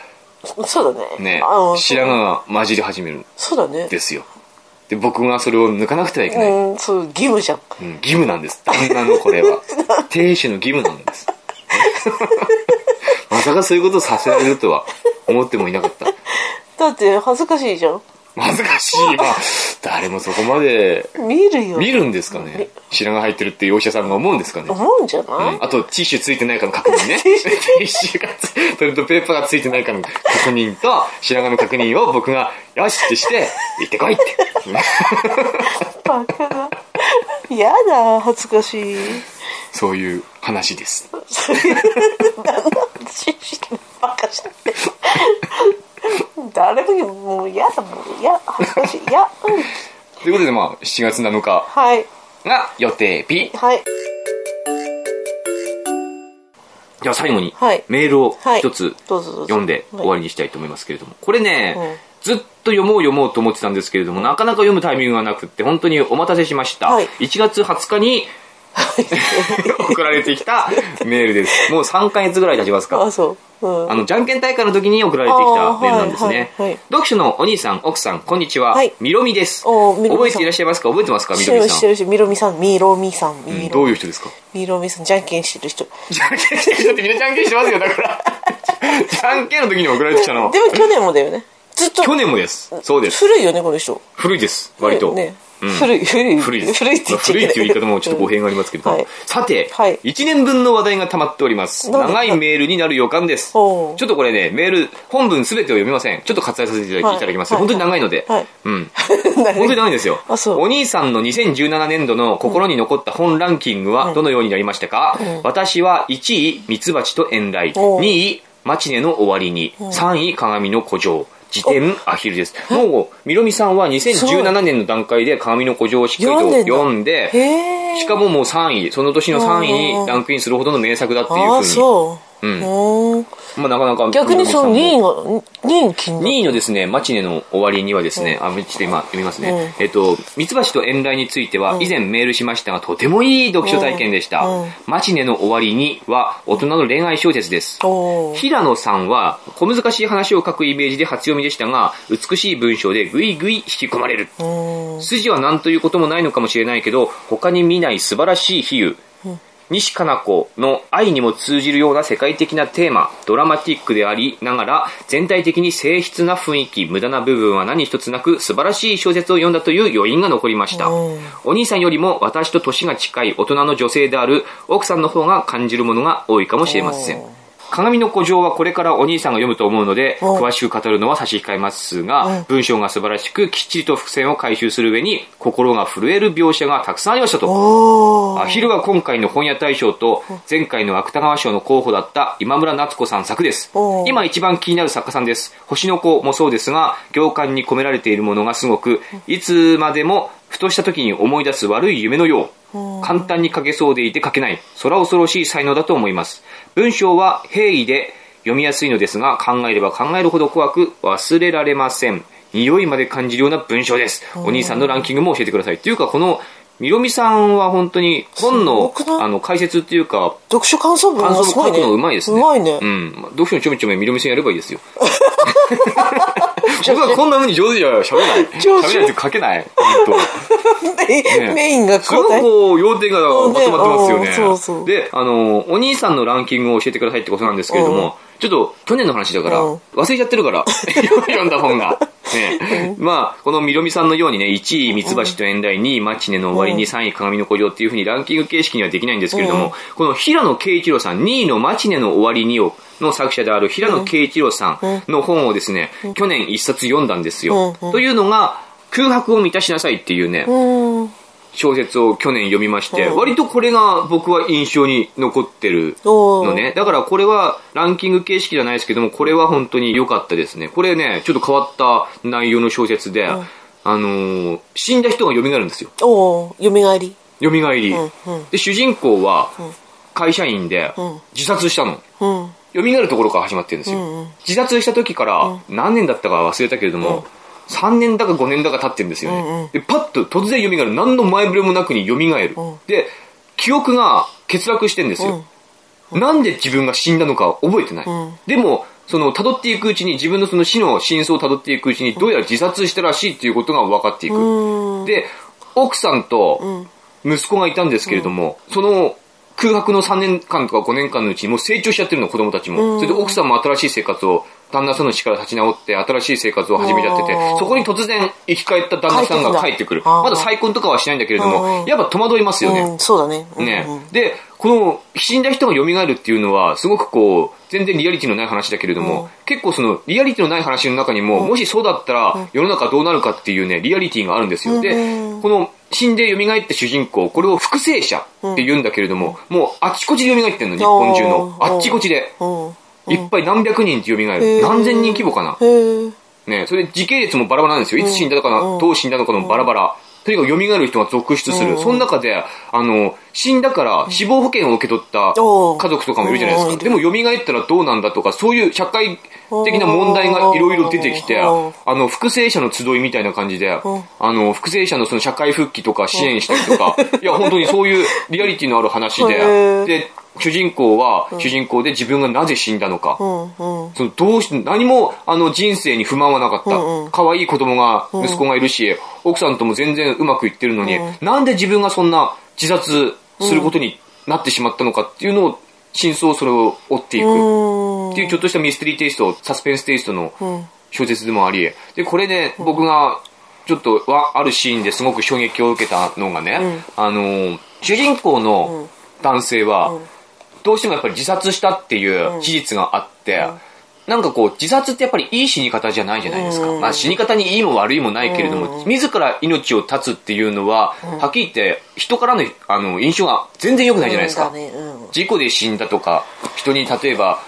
B: そうだね
A: ね
B: あの
A: 白髪が混じり始めるん
B: そうだね
A: ですよ。で、僕がそれを抜かなくてはいけない。
B: うんそう義務じゃん
A: うん義務なんです。旦那のこれ
B: *laughs*
A: は。亭主の義務なんです。まさかそういうことをさせられるとは思ってもいなかった。
B: だって恥ずかしいじゃん
A: 恥ずかしい。まあ、誰もそこまで
B: 見るよ
A: 見るんですかね白髪入ってるっていうお医者さんが思うんですかね、
B: 思うんじゃない、
A: あと、ティッシュついてないかの確認ね。ティッシュがつ、トイレットペーパーがついてないかの確認と、白髪の確認を僕が、よしってして、行ってこいって。
B: バカだやだ恥ずかしい
A: そういう話です。
B: それ何の話してんのバカじゃって誰もにもうやだもうや恥ずかしいやうん
A: ということで、まあ、7月7日
B: はい
A: が予定日。
B: はい
A: じゃあ最後に
B: はい、
A: メールを
B: はい
A: 一つ
B: どうぞどうぞ
A: 読んで
B: はい
A: 終わりにしたいと思いますけれども。これ
B: うん
A: ね、ずっと読もう読もうと思ってたんですけれども、なかなか読むタイミングがなくって、本当にお待たせしました。
B: はい *laughs*
A: 1月20日に、送られてきたメールです。もう3ヶ月ぐらい経ちますか。
B: あ、そう。うん。
A: あの、じゃんけん大会の時に送られてきたメールなんですね
B: あーはいはいはい。
A: 読書のお兄さん、奥さん、こんにちは
B: はい。
A: みろみです。
B: おーみろみさん
A: 覚えていらっしゃいますか覚えてますかみ
B: 知っ
A: ろ
B: て
A: み
B: る知っ
A: さ
B: て
A: ん。
B: るし、みろみさん、みろみさん、
A: うん
B: み
A: ど
B: ろ
A: ういう人ですか
B: みろみさん、じゃんけんしてる人。で
A: じゃんけんしてる人ってみんなじゃんけんしてますよ、だ
B: *laughs*
A: から。じゃんけんの時に送られてきたの
B: も。去年もだよね。ずっと。
A: 去年もです。そうです。
B: 古いよね、この人。
A: 古いです、割と。
B: ね。
A: うん
B: 古い、古い。
A: 古いです。
B: 古いって言っちゃ
A: 古い
B: い
A: っていう言い方もちょっと語弊
B: が。
A: がありますけれど
B: うんは
A: も
B: い。
A: さて、
B: はい
A: 1年分の話題が溜まっております。
B: どうぞ
A: 長いメールになる予感です。ちょ
B: ほう
A: っとこれね、メール、本文すべてを読みません。ちょっと割愛させていただ
B: は
A: き
B: い
A: いただきます。
B: はい
A: 本当に長いので
B: はい。
A: うん。
B: うん
A: 本当に長いんですよ
B: *laughs* あ。そう
A: お兄さんの2017年度の心に残った本ランキングはどのようになりましたか私は1位、ミツバチと遠雷。
B: おう
A: 2位、マチネの終わりに。3位、鏡の古城。辞典、アヒルです。もう、みろみさんは2017年の段階で鏡の古城をしっかり
B: 読ん
A: と
B: でんだ
A: 読んで、
B: へー
A: しかももう3位、その年の3位にランクインするほどの名作だっていう
B: ああ、
A: ふう
B: そう。
A: うん
B: うん。
A: に、まあなかなか。
B: 逆にその2
A: みろみさん
B: 位
A: も
B: が、2位に気になる。
A: 2位のですね、マチネの終わりにはですね、あ、ちょっと今読みますね。えっと、ミツバチと遠雷については以前メールしましたが、とてもいい読書体験でした
B: うんうん。
A: マチネの終わりには大人の恋愛小説です。
B: おー
A: 平野さんは小難しい話を書くイメージで初読みでしたが、美しい文章でぐいぐい引き込まれる。
B: うん。
A: 筋は何ということもないのかもしれないけど、他に見ない素晴らしい比喩。西加奈子の愛にも通じるような世界的なテーマ、ドラマティックでありながら、全体的に静筆な雰囲気、無駄な部分は何一つなく、素晴らしい小説を読んだという余韻が残りました。
B: うん
A: お兄さんよりも私と年が近い大人の女性である奥さんの方が感じるものが多いかもしれません
B: おー。
A: 鏡の古城はこれからお兄さんが読むと思うので、
B: お
A: 詳しく語るのは差し控えますが、文章が素晴らしく、きっちりと伏線を回収する上に、心が震える描写がたくさんありましたと。
B: おー
A: アヒルは今回の本屋大賞と前回の芥川賞の候補だった今村夏子さん作です
B: おー
A: 今一番気になる作家さんです星の子もそうですが行間に込められているものがすごくいつまでもふとした時に思い出す悪い夢のよう簡単に書けそうでいて書けないそら恐ろしい才能だと思います文章は平易で読みやすいのですが考えれば考えるほど怖く忘れられません匂いまで感じるような文章ですお兄さんのランキングも教えてくださいっていうかこのみろみさんは本当に本の
B: すごくない
A: あの解説っていうか
B: 読書感想文
A: 感
B: が
A: 想を
B: す
A: 書
B: ごい
A: く
B: ね。
A: のうまいですね
B: うまいね
A: う。んまあ読書のちょめちょめみろみさんやればいい
B: *laughs*
A: ですよ僕はこんな風に上手じゃ喋れない
B: 上
A: 喋
B: 手
A: れないって書けない本
B: で *laughs* メインが
A: 当すご
B: 交
A: く
B: 代。
A: こう要点がまとまってますよ
B: うん
A: ね
B: そうそう
A: であのお兄さんのランキングを教えてくださいってことなんですけれども、ちょっと去年の話だから、
B: うん
A: 忘れちゃってるから
B: *laughs*
A: 読んだ本が、ねまあこのみろみさんのようにね1位三ツ橋と遠雷2位マチネの終わりに3位鏡の古城っていうふうにランキング形式にはできないんですけれども、この平野啓一郎さん2位のマチネの終わりにをの作者である平野啓一郎さんの本をですね、去年一冊読んだんですよ、
B: うんうん
A: というのが空白を満たしなさいっていうね、
B: うん。
A: 小説を去年読みまして、
B: うん
A: 割とこれが僕は印象に残ってる
B: おー
A: のね。だからこれはランキング形式じゃないですけども、これは本当に良かったですね。これね、ちょっと変わった内容の小説で、あのー死んだ人が蘇るんですよ。
B: おー、蘇り。
A: 蘇り。
B: うんうん
A: で、主人公は会社員で
B: ん
A: 自殺したの。
B: うん。
A: 蘇るところから始まってるんですよ。
B: うんうん
A: 自殺した時から何年だったか忘れたけれども、3年だか5年だか経ってるんですよね。
B: うんうん
A: で、パッと突然蘇る。何の前触れもなくに蘇る。
B: ん
A: で、記憶が欠落してんですよ、なんで自分が死んだのか覚えてない。
B: ん
A: でも、その、辿っていくうちに、自分のその死の真相を辿っていくうちに、どうやら自殺したらしいっていうことが分かっていく。
B: うん。
A: で、奥さんと息子がいたんですけれども、その空白の3年間とか5年間のうちにもう成長しちゃってるの、子供たちも。それで奥さんも新しい生活を、旦那さんの死から立ち直って、新しい生活を始めちゃってて
B: あー、
A: そこに突然生き返った旦那さんが帰ってくる。
B: 帰ってきたあー
A: まだ再婚とかはしないんだけれど
B: う
A: も
B: ん、
A: やっぱ戸惑いますよね。
B: うん、そうだね。うん
A: ね、
B: うん
A: で、この死んだ人が蘇るっていうのは、すごくこう、全然リアリティのない話だけれども、結構その、リアリティのない話の中にも、もしそうだったら、世の中どうなるかっていうね、リアリティがあるんですよ。で、この死んで蘇って主人公、これを複製者って言うんだけれども、もうあちこちで蘇ってんの、日本中の。
B: おー
A: あっちこちで。
B: うん。
A: いっぱい何百人って蘇る。
B: ー
A: 何千人規模かな。
B: へえ。
A: ね、それで時系列もバラバラなんですよ。いつ死んだのかな、
B: うん
A: どう死んだのかのバラバラ。とにかく蘇る人が続出する。その中で、あの、死んだから死亡保険を受け取った
B: おー
A: 家族とかもいるじゃないです
B: うんう
A: か。
B: ん
A: でも蘇ったらどうなんだとか、そういう社会的な問題がいろいろ出てきて、
B: うん
A: あの、復生者の集いみたいな感じで、あの、復生者のその社会復帰とか支援したりと
B: *laughs*
A: か、いや、本当にそういうリアリティのある話
B: へ
A: で、
B: ー
A: で、主人公は主人公で自分がなぜ死んだのか、
B: うんうん
A: そのどうし何もあの人生に不満はなかった、
B: うんうん
A: 可愛い子供が息子がいるし、奥さんとも全然うまくいってるのに、なんで自分がそんな自殺することになってしまったのかっていうのを真相をそれを追っていく、
B: うん
A: っていうちょっとしたミステリーテイストサスペンステイストの
B: ん
A: 小説でもありでこれね、僕がちょっとはあるシーンですごく衝撃を受けたのがね、あのー主人公の男性は、どうしてもやっぱり自殺したっていう事実があって、なんかこう自殺ってやっぱりいい死に方じゃないじゃないですか、まあ、死に方にいいも悪いもないけれども、自ら命を絶つっていうのは、はっきり言って人からのあの印象が全然良くないじゃないですか、
B: そうだねうん
A: 事故で死んだとか人に例えば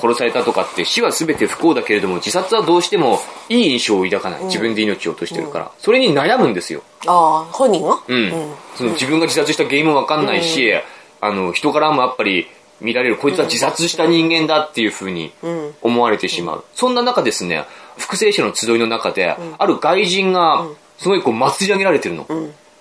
A: 殺されたとかって死は全て不幸だけれども自殺はどうしてもいい印象を抱かない自分で命を落としてるから、それに悩むんですよ、
B: ああ本人が
A: うんその自分が自殺した原因も分かんないし、あの人からもやっぱり見られるこいつは自殺した人間だっていうふうに思われてしまう、そんな中ですね復生者の集いの中で、ある外人がすごいこう祭り上げられてるの、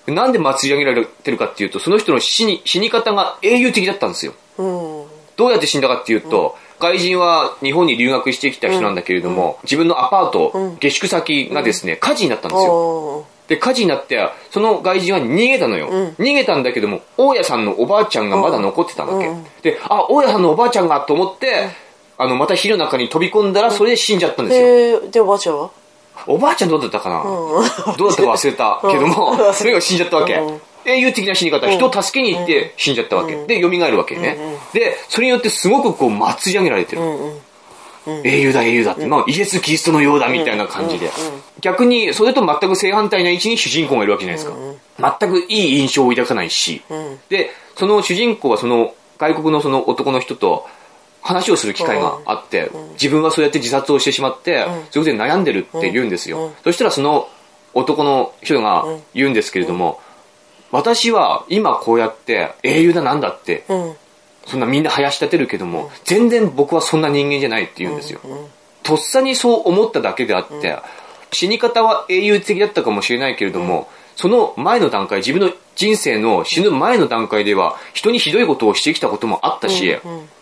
A: なんで祭り上げられてるかっていうとその人の死に死に方が英雄的だったんですよ
B: うん
A: どうやって死んだかっていうと、外人は日本に留学してきた人なんだけれども、自分のアパート、下宿先がですね、火事になったんですよ。
B: おー
A: で、火事になって、その外人は逃げたのよ。逃げたんだけども、大家さんのおばあちゃんがまだ残ってたわけ。で、あ、大家さんのおばあちゃんがと思って、あの、また火の中に飛び込んだら、それで死んじゃったんですよ。
B: へえでおばあちゃんは
A: おばあちゃんどうだったかな、どうだった *laughs* か忘れたけども、それが死んじゃったわけ。英雄的な死に方、人を助けに行って死んじゃったわけ。で、蘇るわけね。で、それによってすごくこう、祭り上げられてる。英雄だ、英雄だって、まあ、イエス・キリストのようだみたいな感じで。逆に、それと全く正反対な位置に主人公がいるわけじゃないですか。全くいい印象を抱かないし。で、その主人公はその外国のその男の人と、話をする機会があって、自分はそうやって自殺をしてしまって、そういうことで悩んでるって言うんですよ、そしたらその男の人が言うんですけれども、私は今こうやって英雄だなんだって、
B: うん
A: そんなみんな林立てるけども、全然僕はそんな人間じゃないって言うんですよ、とっさにそう思っただけであって、死に方は英雄的だったかもしれないけれども、その前の段階自分の人生の死ぬ前の段階では人にひどいことをしてきたこともあったし、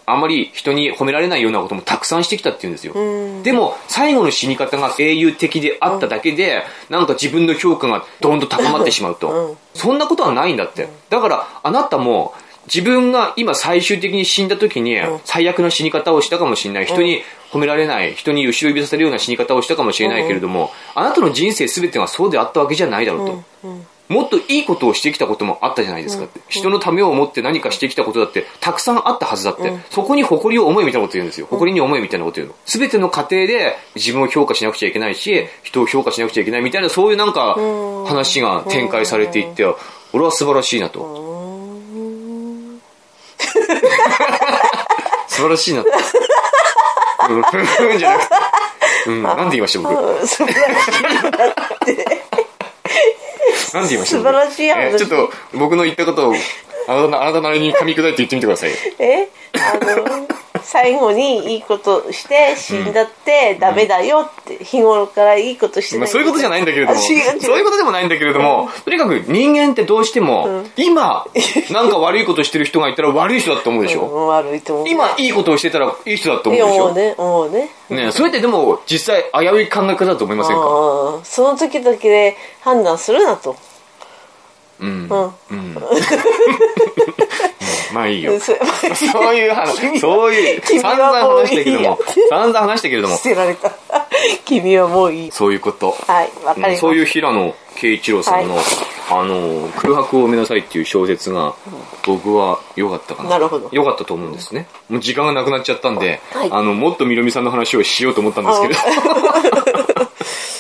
A: あまり人に褒められないようなこともたくさんしてきたって言うんですよ、でも最後の死に方が英雄的であっただけで、なんか自分の評価がどんと高まってしまうと、そんなことはないんだってだからあなたも自分が今最終的に死んだ時に最悪な死に方をしたかもしれない人に褒められない人に後ろ指させるような死に方をしたかもしれないけれども、あなたの人生全てがそうであったわけじゃないだろうと、もっといいことをしてきたこともあったじゃないですかって、人のためを思って何かしてきたことだってたくさんあったはずだって、そこに誇りを思いみたいなこと言うんですよ誇りに思いみたいなこと言うの全ての過程で自分を評価しなくちゃいけないし人を評価しなくちゃいけないみたいなそういうなんか話が展開されていって俺は素晴らしいなと *laughs* 素晴らしいなとうんふんふんじゃなくて、うん、なんで言いました僕なん
B: うん素晴らしい
A: て言いました
B: 素晴らしい話
A: えちょっと僕の言ったことをあなた *laughs* あなたなりに噛み砕いて言ってみてくださいよ
B: えあの最後にいいことして死んだってダメだよって、日頃からいいことして
A: ま
B: な
A: あ、
B: い
A: そういうことじゃないんだけれども、
B: あ
A: そう
B: 違う違う
A: いうことでもないんだけれども、とにかく人間ってどうしても、今、なんか悪いことしてる人がいたら悪い人だと思うでし
B: う
A: ょ。
B: ん悪いと思う
A: 今、いいことをしてたらいい人だと
B: い
A: 思
B: やも
A: う
B: う
A: でし
B: ねもうね
A: ょ。ねそれってでも、実際、危うい考え方だと思いませんか
B: ああその時々で判断するなと
A: うん。
B: うん
A: まあいいよ。
B: そ
A: そういう話、そういう、散
B: 君は
A: 々
B: もう
A: 話したけど
B: いいや
A: も、散々話したけれども
B: 捨、てられた *laughs* 君はもういい
A: そういうこと。
B: はいわかりました
A: そういう平野慶一郎さんの、
B: はい
A: あの、空白を埋めなさいっていう小説が、僕は良かったかな。
B: なるほど
A: 良かったと思うんですね。もう時間がなくなっちゃったんで、
B: はい
A: あの、もっとみろみさんの話をしようと思ったんですけ
B: *laughs*
A: ど、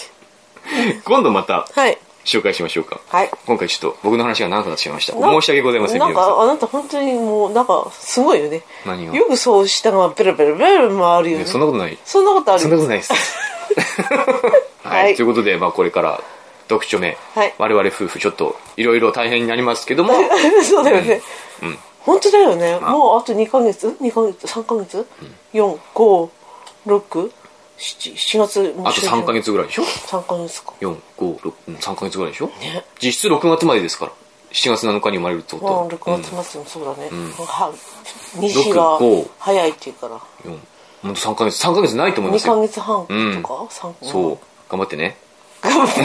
A: *laughs* 今度また
B: はい
A: 紹介しましょうか。
B: はい
A: 今回ちょっと僕の話が長くなってしまいました。
B: な
A: 申し訳ございません、
B: なん
A: みろみさん
B: かあなた本当にもうなんかすごいよね
A: 何が
B: よくそうしたのがベラベラベラベラ回るよね
A: ねそんなことない。
B: そんなことある
A: そんなことないです。はい、
B: はい
A: ということで、まあ、これから読書目、
B: はい
A: 我々夫婦ちょっといろいろ大変になりますけども
B: *laughs* そうだよね。本当だよね。
A: あ
B: もうあと2ヶ月 ?2 ヶ月 ?3 ヶ月 ?4、5、6、 7, 7月も
A: あと3ヶ月ぐらいでしょ
B: 3ヶ月か
A: ?4,5,6,3 ヶ月ぐらいでしょ
B: ね
A: 実質6月までですから。7月7日に生まれるってこ
B: まあ
A: と。
B: 6月末もそうだね、
A: ん
B: は西が早いっていうから
A: うん。4ほんと3ヶ月、3ヶ月ないと思いま
B: 2
A: す
B: ヶ
A: よ。
B: 月半とか、
A: うん
B: 3ヶ月
A: そう。頑張ってね。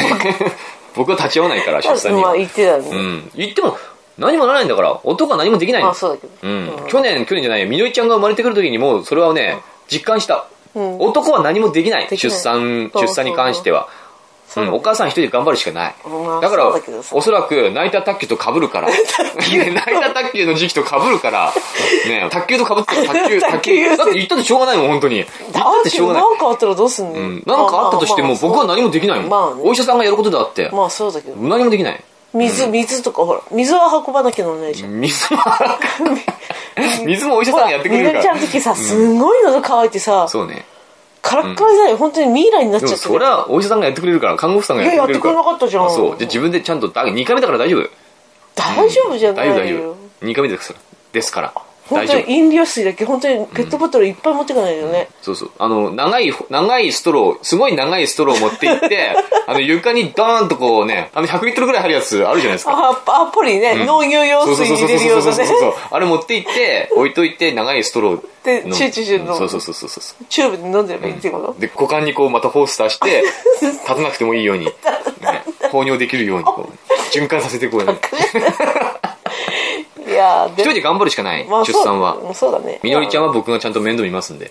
A: *laughs* 僕は立ち会わないから、出産に
B: ま
A: は
B: あ。言ってたね、
A: うん。言っても、何もならないんだから、男は何もできないん
B: まあ
A: だ
B: そうだけど、
A: うん、去年、去年じゃないよ、みのりちゃんが生まれてくるときにもう、それはね、実感した。
B: うん
A: 男は何もできない。
B: できな
A: 出
B: い
A: 産、
B: そう
A: 出産に関しては。、
B: そううん
A: お母さん一人で頑張るしかない。
B: まあ
A: だから
B: そうだけどさ
A: おそらく、泣いた卓球と被る
B: *laughs*
A: から。泣いた卓球の時期と被るから、ね、卓球と被ってる卓球、卓
B: 卓球
A: 球。だって言ったってしょうがないもん、本当に。言った
B: あ
A: っ
B: ん
A: て
B: た
A: しょうがない。
B: なんかあったらどうすんの、
A: うん、なんかあったとしても、僕は何もできないもん。
B: まあね
A: お医者さんがやることだって、
B: まあそうだけど
A: 何もできない。
B: 水水とかほら水は運ばなきゃならないじゃん *laughs*
A: 水も、水もお医者さんがやってくれる
B: みの
A: か
B: りちゃん
A: ら
B: の。時さすごい喉乾いてさ、
A: そうね。
B: カラッカラじゃない本当にミイラになっ
A: で
B: ちゃっ
A: も
B: て
A: それはお医者さんがやってくれるから看護婦さんが
B: い
A: やっ
B: や
A: て
B: や
A: くれる
B: ってく
A: か
B: れな
A: ら
B: かったじゃん
A: あそうじゃあ自分でちゃんとだ2回目だから大丈夫
B: 大丈夫じゃな
A: 大
B: い
A: 丈夫
B: よ、
A: 大丈夫2回目ですからですから
B: 本
A: 大
B: 当
A: 丈
B: に
A: 夫
B: 飲料水だけ本当にペットボトルいっぱい持ってかないよね、
A: そうそうあの長い長いストローすごい長いストローを持って行って
B: *laughs*
A: あの床にドーンとこうねあの100リットルぐらい入るやつあるじゃないですか
B: ああっぽりね、農業
A: そ
B: 用
A: うそう
B: 水
A: そうそ
B: 入
A: うそう
B: れるよう
A: そう
B: な
A: そう
B: ね
A: そうあれ持って行って置いといて長いストロー
B: で
A: の
B: チューチューチューの
A: そうそうそうそうそう
B: チューブで飲んでればいいってこと、
A: で股間にこうまたホース出して
B: *laughs*
A: 立たなくてもいいように、ね、放尿できるようにこう循環させてこうね
B: いやー
A: 一
B: で
A: 人で頑張るしかない、
B: まあ
A: 出
B: そう
A: 産は
B: うんそうだね
A: みのりちゃんは僕がちゃんと面倒見ますんで、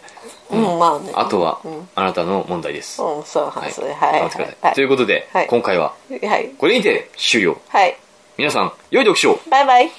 B: うん、まあね
A: あとはあなたの問題です、
B: うんそうは
A: はい
B: いはい
A: 頑張ってくださいということで、
B: はい
A: 今回は
B: はいはい
A: これにて終了
B: はい
A: 皆さん良い読書を
B: バイバイ